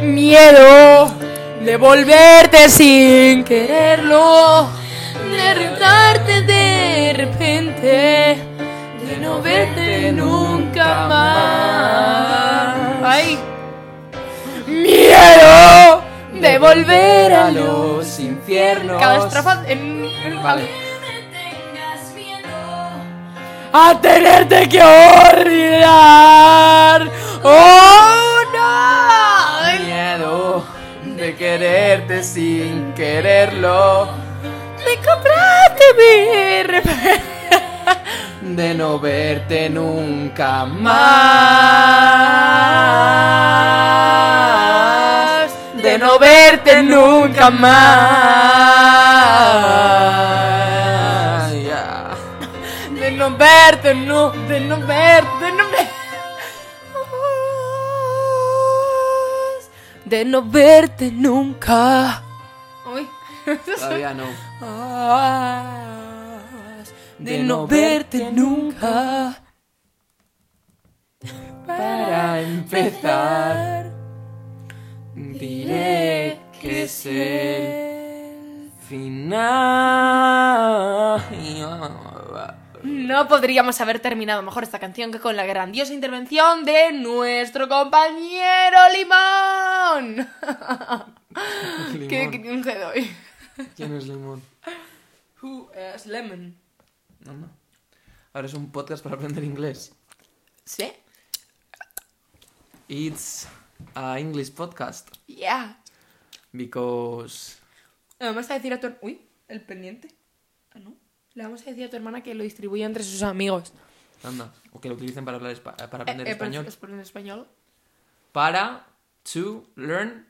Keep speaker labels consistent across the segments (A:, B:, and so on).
A: miedo de volverte sin quererlo,
B: de retarte de repente, de no verte nunca más.
A: Ay,
B: Miedo de volver a los.
C: infiernos.
A: cada estrofa en, en-
C: Vale.
A: a tenerte que olvidar. Oh no. Ay,
C: Miedo de quererte sin quererlo.
A: Me compraste mi repente.
C: De no verte nunca más. De no verte nunca más. Ya.
A: De no verte, no, de no verte, de no verte. De no verte nunca. Uy.
C: Todavía no.
A: De no verte nunca.
C: Para empezar, diré que es el final.
A: No podríamos haber terminado mejor esta canción que con la grandiosa intervención de nuestro compañero Limón. ¿Qué,
C: Limón.
A: qué te doy?
C: ¿Quién es Limón?
A: Who is Lemon?
C: No, no. Ahora es un podcast para aprender inglés.
A: ¿Sí?
C: It's a English podcast
A: Yeah.
C: because
A: Le Eh, vamos a decir a tu... her- Uy, el pendiente. Ah, no. Le vamos a decir a tu hermana que lo distribuya entre sus amigos.
C: anda, o que lo utilicen para hablar espa- para aprender
A: Eh, eh, pero
C: español.
A: Es por en español.
C: Para to learn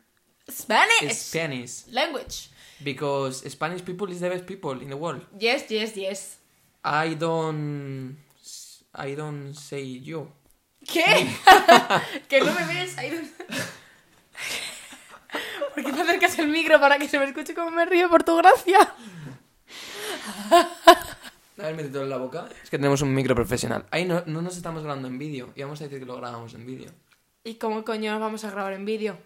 A: Spanish.
C: Spanish
A: Language.
C: because Spanish people is the best people in the world.
A: Yes, yes, yes.
C: I don't I don't say you.
A: ¿Qué? que no me ves. Ahí... ¿Por qué te acercas el micro para que se me escuche cómo me río por tu gracia?
C: A ver, métetelo en la boca. Es que tenemos un micro profesional. Ahí no, no nos estamos grabando en vídeo. Y vamos a decir que lo grabamos en vídeo.
A: ¿Y cómo coño vamos a grabar en vídeo?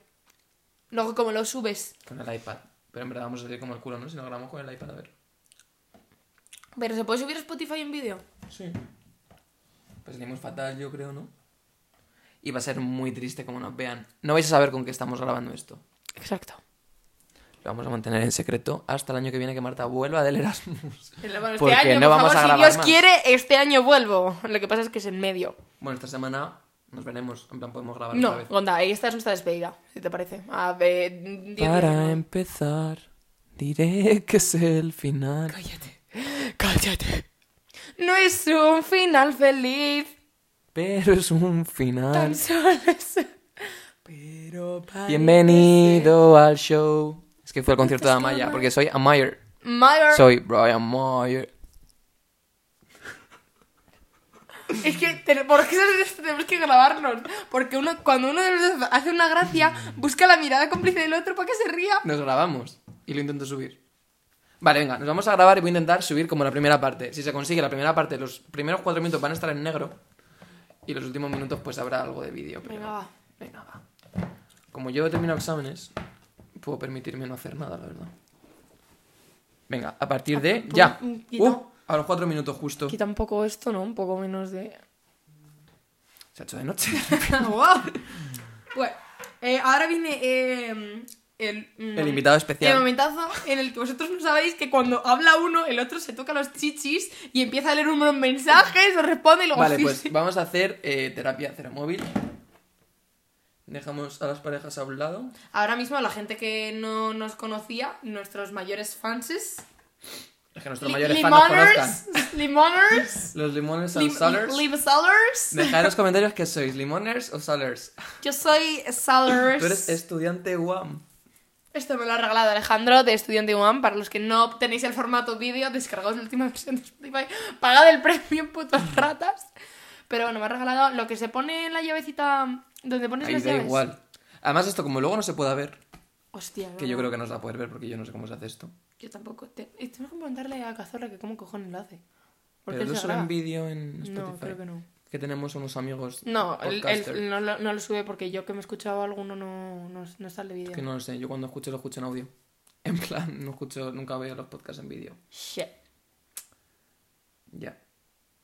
A: Luego, ¿cómo lo subes?
C: Con el iPad. Pero en verdad vamos a hacer como el culo, ¿no? Si lo grabamos con el iPad, a ver.
A: ¿Pero se puede subir a Spotify en vídeo?
C: Sí. Pues salimos fatal, yo creo, ¿no? Y va a ser muy triste como nos vean. No vais a saber con qué estamos grabando esto.
A: Exacto.
C: Lo vamos a mantener en secreto hasta el año que viene que Marta vuelva del Erasmus.
A: Este
C: Porque
A: año,
C: no
A: por
C: vamos
A: favor,
C: a
A: si
C: grabar
A: Dios
C: más.
A: quiere, este año vuelvo. Lo que pasa es que es en medio.
C: Bueno, esta semana nos veremos. En plan, podemos grabar
A: No,
C: otra vez.
A: Gonda, ahí esta es nuestra despedida, si te parece. A ver, diez
C: Para
A: minutos.
C: empezar, diré que es el final.
A: Cállate, cállate. No es un final feliz,
C: Pero es un final.
A: tan solo es... Pero para...
C: Bienvenido al show. Es que fue al concierto de
A: es
C: Amaya,
A: Amaya.
C: porque soy Amayer.
A: Mother...
C: Soy Brian Mayer.
A: Es que, te- ¿por qué tenemos que grabarnos? Porque uno, cuando uno de los dos hace una gracia, busca la mirada cómplice del otro para que se ría.
C: Nos grabamos y lo intento subir. Vale, venga, nos vamos a grabar y voy a intentar subir como la primera parte. Si se consigue la primera parte, los primeros cuatro minutos van a estar en negro y los últimos minutos pues habrá algo de vídeo. pero-
A: Venga, va.
C: Venga, va. Como yo he terminado exámenes, puedo permitirme no hacer nada, la verdad. Venga, a partir de...
A: Apu-
C: ¡Ya!
A: Ah, un poquito.
C: Uh, a los cuatro minutos justo.
A: Quita un poco esto, ¿no? Un poco menos de...
C: Se ha hecho de noche.
A: Guau. Bueno, eh, ahora viene eh, el, mm,
C: El invitado
A: El
C: especial.
A: momentazo en el que vosotros no sabéis que cuando habla uno, el otro se toca los chichis y empieza a leer unos mensajes, os responde y luego
C: Vale,
A: sí,
C: pues
A: sí.
C: vamos a hacer eh, terapia cero móvil. Dejamos a las parejas a un lado.
A: Ahora mismo la gente que no nos conocía, nuestros mayores fanses,
C: Es que nuestros
A: li-
C: mayores fans nos conozcan.
A: limoners, limoners,
C: Los limones son
A: lim-
C: salers.
A: lim- salers.
C: Dejad en los comentarios qué sois, limoners o salers.
A: Yo soy
C: Tú eres
A: salers.
C: estudiante UAM.
A: Esto me lo ha regalado Alejandro de Estudiante UAM. Para los que no tenéis el formato vídeo, descargaos la última versión de Spotify. Pagad el premio, putos ratas. Pero bueno, me ha regalado lo que se pone en la llavecita donde pones
C: Ahí
A: las
C: da
A: llaves.
C: igual. Además, esto como luego no se pueda ver,
A: Hostia,
C: que yo creo que no se va a poder ver porque yo no sé cómo se hace esto.
A: Yo tampoco. Te... y Tengo que preguntarle a Cazorla que cómo cojones lo hace. Porque
C: Pero
A: él
C: tú
A: se
C: solo
A: graba.
C: en vídeo en Spotify.
A: No, creo que no.
C: que tenemos unos amigos
A: No, él, él
C: podcaster.
A: no, lo, no lo sube porque yo que me he escuchado alguno no, no, no está el de vídeo.
C: Que no lo sé, yo cuando escucho lo escucho en audio. En plan, no escucho, nunca veo los podcasts en vídeo.
A: Shit.
C: Ya.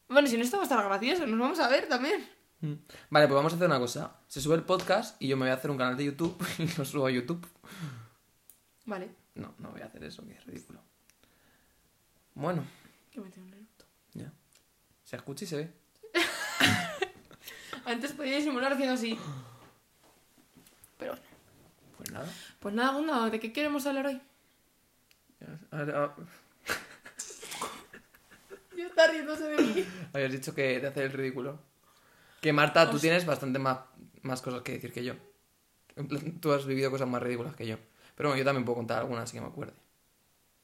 A: Bueno, si no esto va a estar gracioso, nos vamos a ver también.
C: Mm. Vale, pues vamos a hacer una cosa. Se sube el podcast y yo me voy a hacer un canal de YouTube y lo subo a YouTube.
A: Vale.
C: No, no voy a hacer eso, que es ridículo. Bueno,
A: Que me tengo un eructo.
C: ya. Se escucha y se ve.
A: Antes podía simular haciendo así. Pero bueno.
C: Pues nada.
A: Pues nada, Gunda, ¿de qué queremos hablar hoy?
C: Ya- ahora- ah,
A: Yo está riéndose de mí.
C: Habías dicho que de hacer el ridículo. Que Marta, tú tienes bastante más, más cosas que decir que yo. En plan, tú has vivido cosas más ridículas que yo. Pero bueno, yo también puedo contar algunas así que me acuerde.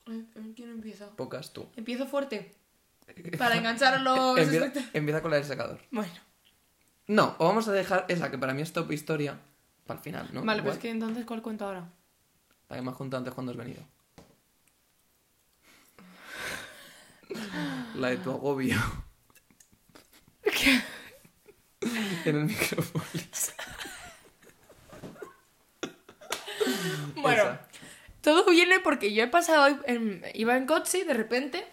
A: ¿Quién empieza?
C: Pocas tú.
A: Empiezo fuerte. Para enganchar a los
C: Empieza,
A: espectadores.
C: empieza con la del secador.
A: Bueno.
C: No, o vamos a dejar esa que para mí es top historia para el final, ¿no?
A: vale,
C: Igual.
A: pues que entonces, ¿cuál cuento ahora?
C: La que me has contado antes cuando has venido. La de tu agobio. en el micrófono.
A: Bueno,
C: Esa.
A: todo viene porque yo he pasado, en- iba en coche y de repente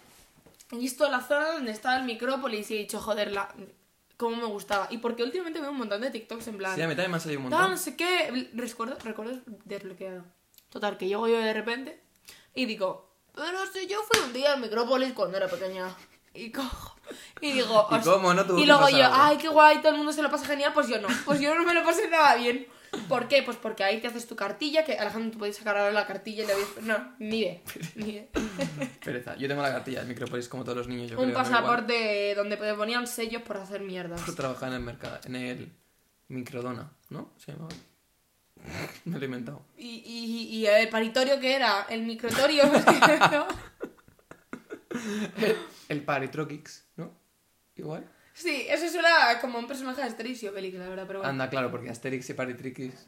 A: he visto la zona donde estaba el Micrópolis y he dicho, joder, la, cómo me gustaba. Y porque últimamente veo un montón de TikToks en plan,
C: Sí, a mí también me ha salido un
A: tal,
C: montón.
A: no sé qué, recuerdo, recuerdo desbloqueado. Total, que llego yo de repente y digo, pero si yo fui un día al Micrópolis cuando era pequeña. Y cojo. Y digo,
C: ¿Y
A: "Os-
C: cómo no tuvo
A: y
C: que
A: luego
C: pasar
A: yo,
C: algo?".
A: ay, qué guay, todo el mundo se lo pasa genial, pues yo no. Pues yo no me lo pasé nada bien. ¿Por qué? Pues porque ahí te haces tu cartilla, que Alejandro, tú puedes sacar ahora la cartilla y le voy No, ni de. Ni de.
C: Pereza. Yo tengo la cartilla de Micrópolis como todos los niños. Yo
A: Un
C: creo, me da igual.
A: pasaporte donde te ponían sellos por hacer mierdas.
C: Por trabajar en el mercado. En el Microdona, ¿no? Se llamaba. me lo he inventado.
A: Y, y, y el paritorio que era, el microtorio. ¿no?
C: El Paritroquix, ¿no? Igual.
A: Sí, eso suena como un personaje de Asterix y Obelix, la verdad, pero bueno.
C: Anda, claro, porque Asterix y Paritriquis.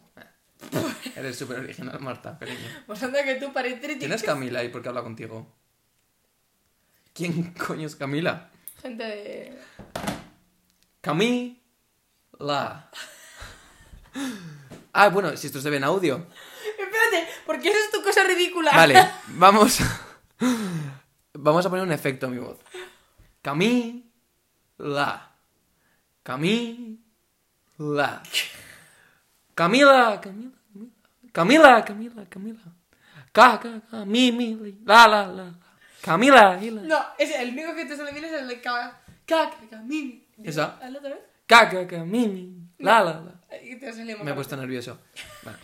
C: Eres súper original, Marta, cariño.
A: Pues anda que tú paretritis.
C: ¿Quién es Camila y por qué habla contigo? ¿Quién coño es Camila?
A: Gente de...
C: Camila. Ah, bueno, si esto se ve en audio.
A: Espérate, porque esa es tu cosa ridícula.
C: Vale, vamos. Vamos a poner un efecto a mi voz. Camila. Camila. Camila, Camila, Camila, Camila, Camila. Ca, ca, ca, mi, mi, li, la, la, la. la. Camila, Camila.
A: No, es el único que te sale bien es el de Caca, caca, mimi.
C: Esa.
A: ¿Al otra vez?
C: Ca, ca, ca, mi, mi, la, la, la.
A: Y te sale
C: Me he
A: mejor.
C: puesto nervioso. Vale.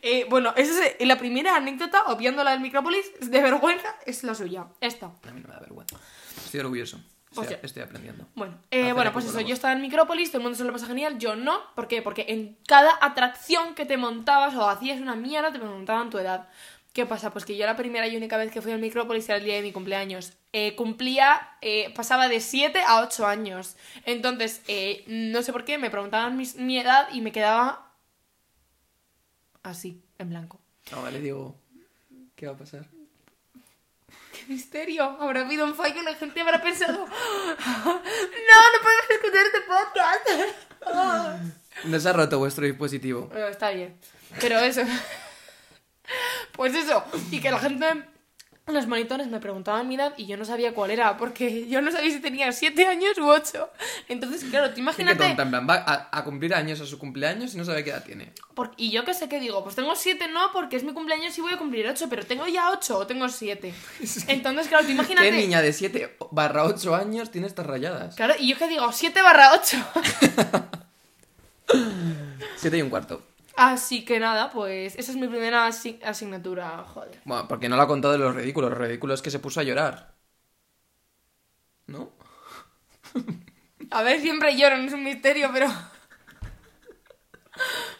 A: Eh, bueno, esa es eh, la primera anécdota, obviando la del Micrópolis, de vergüenza, es la suya. Esta.
C: A mí no me da vergüenza. Estoy orgulloso.
A: O
C: Estoy,
A: sea-
C: estoy aprendiendo.
A: Bueno,
C: Hace
A: eh, bueno
C: poco
A: pues
C: lo
A: eso,
C: hemos-
A: yo estaba en Micrópolis, todo el mundo se lo pasa genial, yo no. ¿Por qué? Porque en cada atracción que te montabas o hacías una mierda, te preguntaban tu edad. ¿Qué pasa? Pues que yo la primera y única vez que fui al Micrópolis era el día de mi cumpleaños. Eh, cumplía, eh, pasaba de 7 a 8 años. Entonces, eh, no sé por qué, me preguntaban mis- mi edad y me quedaba así, en blanco.
C: Ahora le digo, ¿qué va a pasar?
A: ¡Qué misterio! Habrá habido un fallo y la gente habrá pensado, ¡No, no puedes escuchar este podcast!
C: No se ha roto vuestro dispositivo.
A: Bueno, Eh, está bien. Pero eso. pues eso. Y que la gente. en Los monitores me preguntaban mi edad y yo no sabía cuál era, porque yo no sabía si tenía 7 años u 8. Entonces, claro, tú
C: Sí, qué
A: imagínate.
C: tonta, en plan, va a, a cumplir años a su cumpleaños y no sabe qué edad tiene.
A: por- y yo qué sé qué digo, pues tengo 7 no, porque es mi cumpleaños y voy a cumplir 8, pero tengo ya 8 o tengo 7. Entonces, claro, tú imagínate.
C: ¿Qué niña de 7 barra 8 años tiene estas rayadas?
A: Claro, y yo qué digo, 7 barra 8.
C: 7 y un cuarto.
A: Así que nada, pues esa es mi primera asi- asignatura, joder.
C: Bueno, porque no lo ha contado de los ridículos. Los ridículos es que se puso a llorar. ¿No?
A: A ver, siempre lloro, no es un misterio, pero.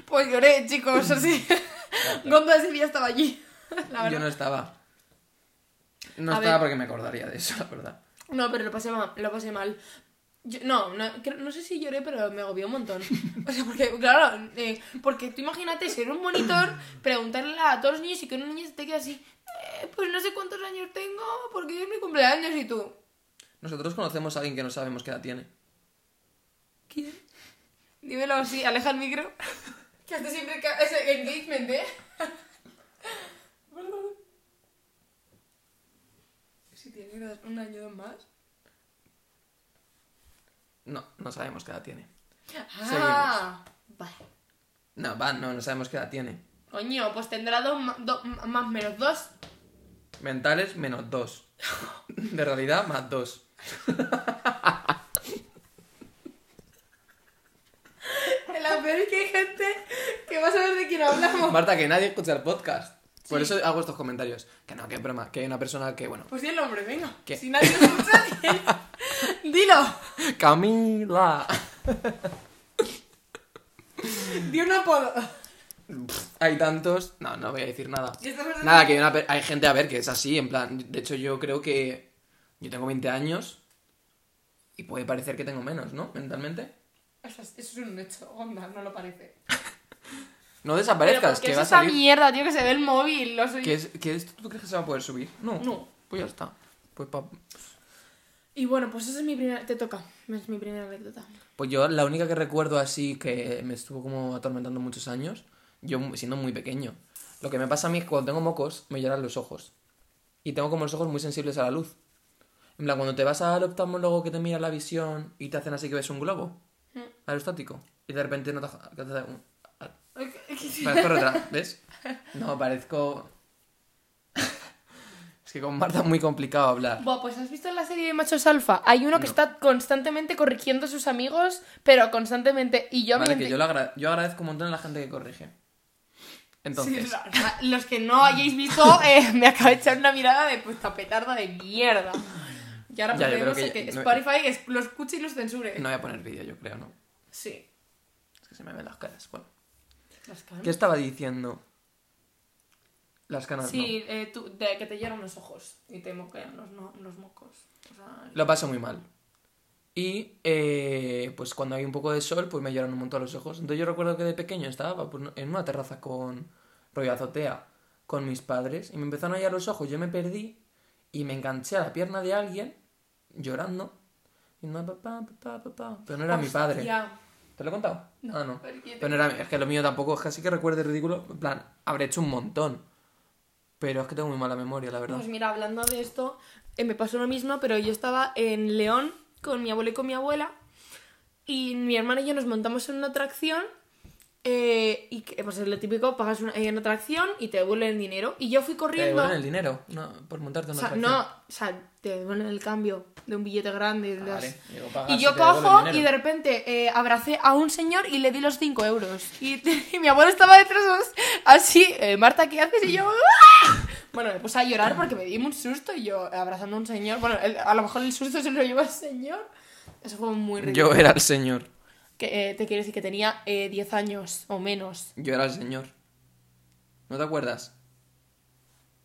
A: Pues lloré, chicos, así. Gonda ese día estaba allí, la
C: Yo
A: verdad.
C: no estaba. No
A: A
C: estaba
A: ver.
C: porque me acordaría de eso, la verdad.
A: No, pero lo pasé mal. Lo pasé mal. Yo- no, no, creo- no sé si lloré, pero me agobió un montón. O sea, porque, claro, eh, porque tú imagínate ser un monitor, preguntarle a todos los niños y que un niño se te quede así, "Eh, pues no sé cuántos años tengo, porque es mi cumpleaños y tú.
C: Nosotros conocemos a alguien que no sabemos qué edad tiene.
A: Dímelo así, aleja el micro. Que hace siempre ca- ese engagement, ¿eh? Perdón. Si tiene que dar un año más.
C: No, no sabemos qué edad tiene.
A: Ah, vale.
C: No, va, no, no sabemos qué edad tiene.
A: Coño, pues tendrá dos, ma- do- m- más menos dos.
C: Mentales menos 2. De realidad más 2.
A: La peor es que hay gente que va a saber de quién hablamos.
C: Oh, Marta, que nadie escucha el podcast. Por eso hago estos comentarios. Que no, que broma, que hay una persona que, bueno.
A: Pues di el nombre, venga.
C: ¿Qué?
A: Si nadie lo escucha, di- dilo.
C: ¡Camila!
A: Di un apodo.
C: Hay tantos. No, no voy a decir nada.
A: Y esta persona-
C: Nada, que hay, una per- hay gente, a ver, que es así, en plan. De hecho, yo creo que. Yo tengo 20 años. Y puede parecer que tengo menos, ¿no? Mentalmente.
A: Eso es, eso es un hecho, onda, no lo parece.
C: No desaparezcas,
A: ¿por qué
C: que
A: es
C: va a
A: esa
C: salir.
A: mierda, tío, que se ve el móvil. Lo soy-
C: ¿Qué es, qué es- ¿Tú crees que se va a poder subir? No.
A: No.
C: Pues ya está. Pues, pa-
A: Y bueno, pues esa es mi primera... Te toca. Es mi primera anécdota.
C: pues yo, la única que recuerdo así que me estuvo como atormentando muchos años, yo mu- siendo muy pequeño. Lo que me pasa a mí es que cuando tengo mocos, me lloran los ojos. Y tengo como los ojos muy sensibles a la luz. En plan, cuando te vas al oftalmólogo que te mira la visión y te hacen así que ves un globo aerostático y de repente no te ha- que te da un- a- Parezco retra- ¿ves? No, parezco. es que con Marta es muy complicado hablar.
A: Buah, pues has visto en la serie de Machos Alfa. Hay uno que está constantemente corrigiendo a sus amigos, pero constantemente. Y yo
C: Vale,
A: me.
C: que yo, lo agra- yo agradezco un montón a la gente que corrige. Entonces,
A: Los que no hayáis visto, eh, me acaba de echar una mirada de puta petarda de mierda. Y ahora
C: Ya, yo creo
A: podemos
C: que
A: que,
C: ya- no-
A: Spotify es- lo escuche y lo censure.
C: no voy a poner vídeo, yo creo, ¿no?
A: Sí.
C: Es que se me ven las caras. Bueno,
A: Las canas.
C: ¿qué estaba diciendo? Las canas.
A: Sí, eh, tú- de que te lloran los ojos y te moquean los, no- los mocos. O sea,
C: no. Lo paso muy mal. Y eh, pues cuando hay un poco de sol, pues me lloran un montón los ojos. Entonces yo recuerdo que de pequeño estaba pues, en una terraza con rollo azotea con mis padres y me empezaron a llorar los ojos. Yo me perdí y me enganché a la pierna de alguien llorando. Y no, papá, papá, papá. Pero no era mi padre.
A: hostia.
C: ¿Te lo he contado?
A: No,
C: ah, no.
A: porque te-
C: Pero no era, es que lo mío tampoco, es que así que recuerde ridículo. En plan, habré hecho un montón. Pero es que tengo muy mala memoria, la verdad.
A: Pues mira, hablando de esto, eh, me pasó lo mismo, pero yo estaba en León con mi abuelo y con mi abuela. Y mi hermana y yo nos montamos en una atracción. eh, y que, pues es lo típico, pagas una, en atracción y te devuelven el dinero. Y yo fui
C: Te
A: corriendo.
C: devuelven el dinero no, por
A: o
C: montarte en una
A: sea,
C: atracción. Ah,
A: no, o sea, te devuelven el cambio de un billete grande. de las-
C: Vale, digo, pagas
A: y
C: y
A: yo
C: te devuelven
A: cojo
C: dinero.
A: y de repente eh, abracé a un señor y le di los 5 euros. Y, y mi abuelo estaba detrás así, eh, Marta, ¿qué haces? Y yo... "¡Ah!". Bueno, me puse a llorar porque me di un susto y yo abrazando a un señor. Bueno, el- a lo mejor el susto se lo llevó el señor. Eso fue muy ridículo.
C: Yo era el señor.
A: Que, eh, te quiero decir que tenía eh, 10 años o menos.
C: Yo era el señor. ¿No te acuerdas?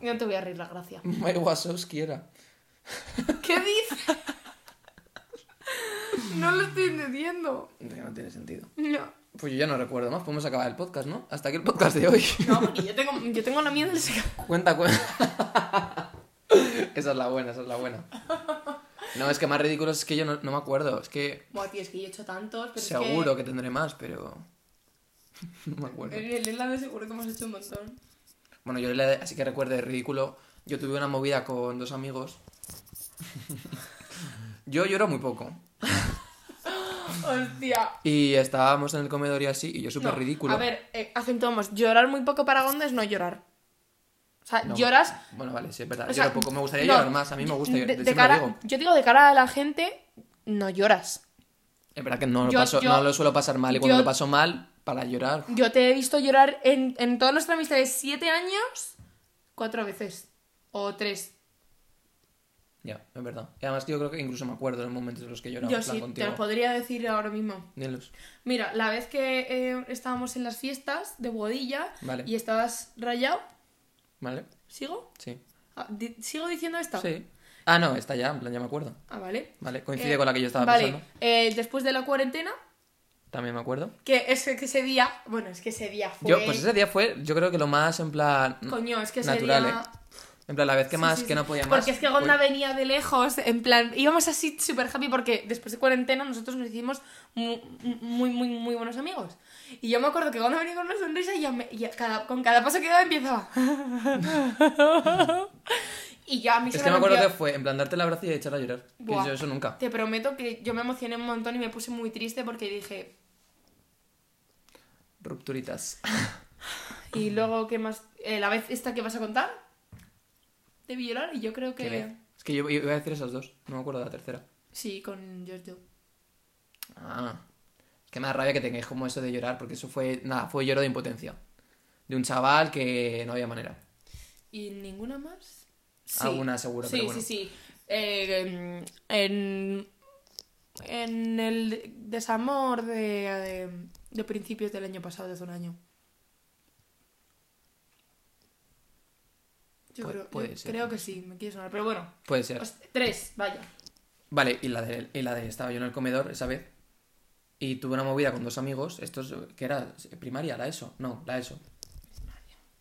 A: No te voy a reír la gracia.
C: Mike Wazowski era.
A: ¿Qué dices? No lo estoy entendiendo.
C: No tiene sentido.
A: No.
C: Pues yo ya no recuerdo más. Podemos acabar el podcast, ¿no? Hasta aquí el podcast de hoy.
A: No, porque yo tengo, yo tengo la mía del secador.
C: Cuenta, cuenta. esa es la buena, esa es la buena. No, es que más ridículo es que yo no, no me acuerdo. Es que
A: Buah, tío, es que yo he hecho tantos, pero
C: seguro
A: Pues es
C: que... tendré más, pero. no me acuerdo.
A: En el helado Eh, seguro que hemos hecho un montón.
C: Bueno, yo le- así que recuerde de ridículo. Yo tuve una movida con dos amigos. yo lloro muy poco.
A: Hostia.
C: Y estábamos en el comedor y así, y yo súper
A: No,
C: ridículo.
A: A ver, eh, acentuamos. Llorar muy poco para Gonda es no llorar. O sea,
C: No,
A: lloras.
C: Bueno, vale, sí, es verdad.
A: O sea,
C: lloro poco. Me gustaría
A: no,
C: llorar más. A mí me gusta
A: de,
C: llorar.
A: de
C: siempre lo
A: cara,
C: digo.
A: Yo digo, de cara a la gente, no lloras.
C: Es verdad que no lo,
A: Yo-
C: paso-
A: yo-
C: no lo suelo pasar mal. Y cuando
A: yo-
C: lo paso mal, para llorar.
A: Yo te he visto llorar en, en toda nuestra amistad de 7 años, cuatro veces. O tres.
C: Ya, es verdad. Y además que yo creo que incluso me acuerdo de los momentos en los que lloraba
A: yo
C: en plan
A: sí,
C: contigo.
A: te lo podría decir ahora mismo.
C: Dilos.
A: Mira, la vez que eh, estábamos en las fiestas de Bodilla
C: Vale.
A: y estabas rayado,
C: ¿Vale?
A: ¿sigo?
C: Sí.
A: Ah, di- ¿Sigo diciendo esta?
C: Sí. Ah, no, está ya, en plan, ya me acuerdo.
A: Ah, vale.
C: Vale, coincide
A: Eh,
C: con la que yo estaba
A: vale.
C: pensando.
A: eh, después de la cuarentena,
C: También me acuerdo. pues
A: que es que ese día, bueno, es que ese día fue...
C: Yo, pues ese día fue, yo creo que lo más en plan.
A: Pues Coño, es que ese
C: natural,
A: día...
C: ¿eh? En plan, la vez que más, que no podía más.
A: Porque es que Gonda venía de lejos, en plan, íbamos así súper happy porque después de cuarentena nosotros nos hicimos mu- muy, muy, muy buenos amigos. Y yo me acuerdo que Gonda venía con una sonrisa y, ya me- y a cada- con cada paso que daba empezaba. y ya a mí
C: Es
A: se
C: que me acuerdo
A: rompió-
C: que fue, en plan, darte el abrazo y echar a llorar. Que
A: Buah.
C: yo eso nunca.
A: Te prometo que yo me emocioné un montón y me puse muy triste porque dije...
C: Rupturitas.
A: Ah, Y luego, ¿qué más? Eh, la vez esta que vas a contar de violar y yo creo que...
C: Que- Es que yo yo iba a decir esas dos. No me acuerdo de la tercera.
A: Sí, con Giorgio.
C: Ah. Es que me da rabia que tengáis como eso de llorar, porque eso fue, nada, fue lloro de impotencia. De un chaval que no había manera.
A: ¿Y ninguna más?
C: Alguna seguro,
A: sí,
C: pero bueno.
A: Sí, sí, Eh, en, en el desamor de, de, de principios del año pasado, de hace un año. Yo
C: Pu-
A: creo, yo
C: puede ser.
A: creo que sí, me quiere sonar. Pero bueno,
C: Puede ser.
A: os- tres, vaya.
C: Vale, y la, de, y la de estaba yo en el comedor esa vez y tuve una movida con dos amigos, estos que era primaria, la ESO, no, la ESO.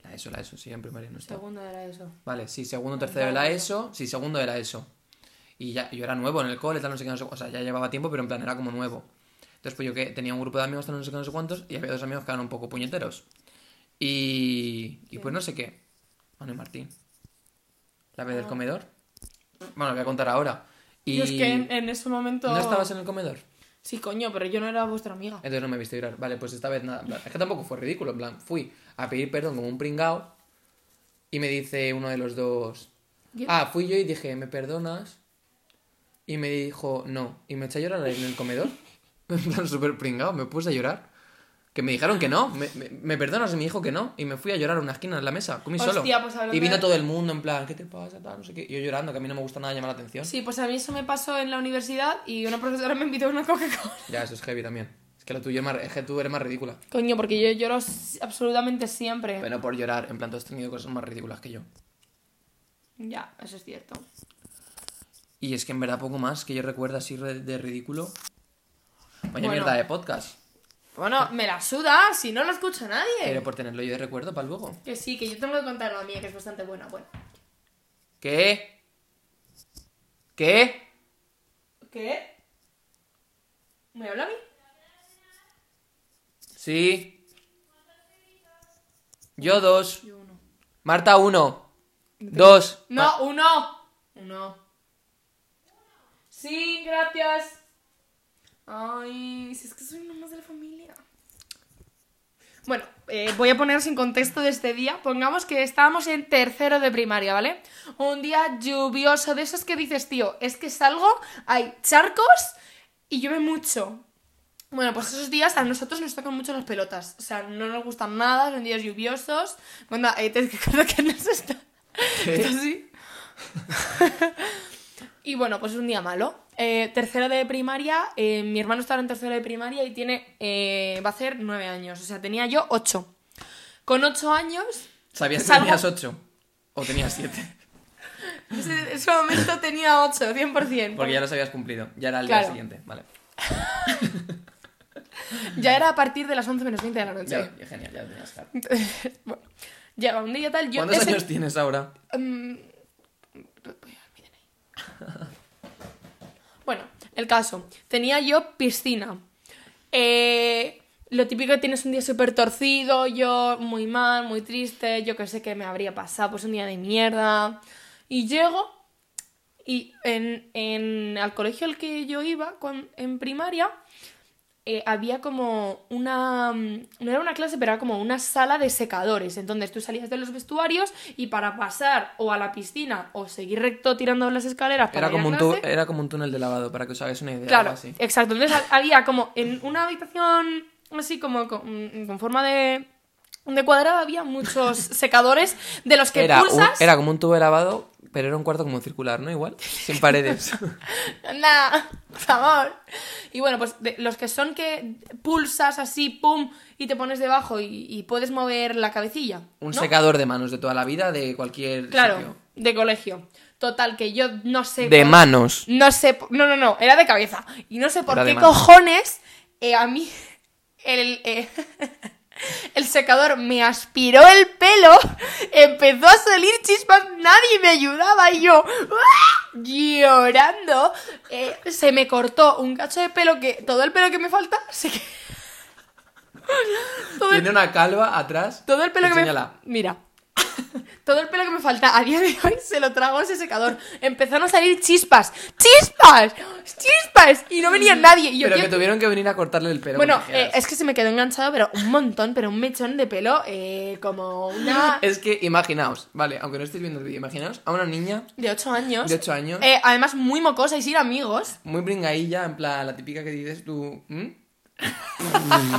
C: La ESO, la ESO, sí, en primaria no estaba.
A: Segunda era eso.
C: Vale, sí, segundo, tercero de la ESO, sí, segundo de la ESO. Y ya, yo era nuevo en el cole, tal, no sé qué, no sé cu- O sea, ya llevaba tiempo, pero en plan era como nuevo. Entonces, pues yo que tenía un grupo de amigos, tal, no sé qué, no sé cuántos, y había dos amigos que eran un poco puñeteros. Y, y pues no sé qué. Manu y Martín. La vez del comedor. Bueno, lo voy a contar ahora. Y,
A: Y Ah. es que en, en ese momento...
C: ¿No estabas en el comedor?
A: Sí, coño, pero yo no era vuestra amiga.
C: Entonces no me viste llorar. Vale, pues esta vez nada. en plan, Es que tampoco fue ridículo. En plan, fui a pedir perdón como un pringao. Y me dice uno de los dos.
A: ¿Yo?
C: Ah, fui yo y dije, ¿me perdonas? Y me dijo, no. Y me eché a llorar en el comedor. En plan, súper pringao. Me puse a llorar. Que me dijeron que no. Me, me- ¿me perdonas? Y me dijo que no. Y me fui a llorar a una esquina en la mesa. Comí
A: Hostia,
C: solo.
A: pues hablando
C: y vino
A: de-
C: todo el mundo en plan, ¿qué te pasa? Tal, no sé qué. Y Yo llorando, que a mí no me gusta nada llamar la atención.
A: Sí, pues a mí eso me pasó en la universidad y una profesora me invitó a una Coca-Cola.
C: Ya, eso es heavy también. Es que lo tuyo es, más, es que tú eres más ridícula.
A: Coño, porque yo lloro s- absolutamente siempre.
C: Pero no por llorar, en plan, tú has tenido cosas más ridículas que yo.
A: Ya, eso es cierto.
C: Y es que en verdad poco más que yo recuerdo así re- de ridículo. Vaya
A: Bueno.
C: mierda de podcast.
A: Bueno, me la suda, si no lo escucha nadie.
C: Pero por tenerlo yo de recuerdo para luego.
A: Que sí, que yo tengo que contar la mía, que es bastante buena. Bueno,
C: ¿Qué? ¿Qué?
A: ¿qué? ¿Me habla a mí?
C: Sí. Yo dos.
A: Yo uno.
C: Marta uno. Dos. Ma-
A: ¡No, uno! Uno. Sí, gracias. Ay, si es que soy una más de la familia. Bueno, eh, voy a poneros en contexto de este día. Pongamos que estábamos en tercero de primaria, ¿vale? Un día lluvioso, de esos que dices, tío, es que salgo, hay charcos y llueve mucho. Bueno, pues esos días a nosotros nos tocan mucho las pelotas. O sea, no nos gustan nada, son días lluviosos. Bueno, eh, te recuerdo que nos está... está así. y bueno, pues es un día malo. Eh, tercero de primaria, eh, mi hermano estaba en tercero de primaria y tiene eh, va a hacer nueve años. O sea, tenía yo ocho. Con ocho años,
C: ¿Sabías que
A: Salgo-
C: tenías ocho? ¿O tenías siete?
A: en ese, ese momento tenía ocho, 100%.
C: Porque ya los habías cumplido. Ya era el
A: Claro.
C: día siguiente. Vale.
A: Ya era a partir de las 11 menos 20 de la noche.
C: Ya, genial, ya tenías. claro.
A: Entonces, bueno, llega un día tal, yo...
C: ¿Cuántos
A: ese-
C: años tienes ahora?
A: Mm, Bueno, el caso. Tenía yo piscina. Eh, lo típico que tienes un día súper torcido, yo muy mal, muy triste, yo que sé que me habría pasado, pues un día de mierda. Y llego y en, en- al colegio al que yo iba cuan- en primaria eh, había como una... mm, No era una clase, pero era como una sala de secadores. Entonces tú salías de los vestuarios y para pasar o a la piscina o seguir recto tirando las escaleras para
C: Era
A: ir a
C: como, un tu-
A: clase-
C: era como un túnel de lavado, para que os hagáis una idea.
A: Claro,
C: algo así.
A: exacto. Entonces ha- había como en una habitación así como con, con forma de, de cuadrado había muchos secadores de los que
C: era, un-
A: pulsas...
C: era como un tubo de lavado, pero era un cuarto como circular, ¿no? Igual, sin paredes.
A: Anda, por favor. Y bueno, pues de- los que son que pulsas así, pum, y te pones debajo y, y puedes mover la cabecilla.
C: un
A: ¿no?
C: secador de manos de toda la vida, de cualquier
A: Claro,
C: sitio.
A: de colegio. Total, que yo no sé...
C: De
A: por-
C: manos.
A: No sé, po- no, no, no, era de cabeza. Y no sé por
C: Era de
A: qué
C: mano.
A: cojones eh, a mí el, eh, El secador me aspiró el pelo, empezó a salir chispas, nadie me ayudaba y yo ¡ah! llorando. Eh, se me cortó un cacho de pelo que todo el pelo que me falta se que- todo, el,
C: Tiene una calva atrás.
A: todo el pelo que me
C: Enséñala.
A: mira. Todo el pelo que me falta a día de hoy se lo trago ese secador. Empezaron a salir chispas, chispas, chispas y no venía nadie. Y yo
C: Mm. Pero que
A: ¿quién-
C: tuvieron que venir a cortarle el pelo.
A: bueno,
C: porque
A: eh, es que se me quedó enganchado, pero un montón, pero un mechón de pelo, eh, como una
C: Es que imaginaos, vale, aunque no estéis viendo el vídeo, imaginaos a una niña
A: de 8 años.
C: de 8 años,
A: Eh, además, muy mocosa y sin amigos.
C: muy bringadilla, en plan, la típica que dices tú. ¿hmm?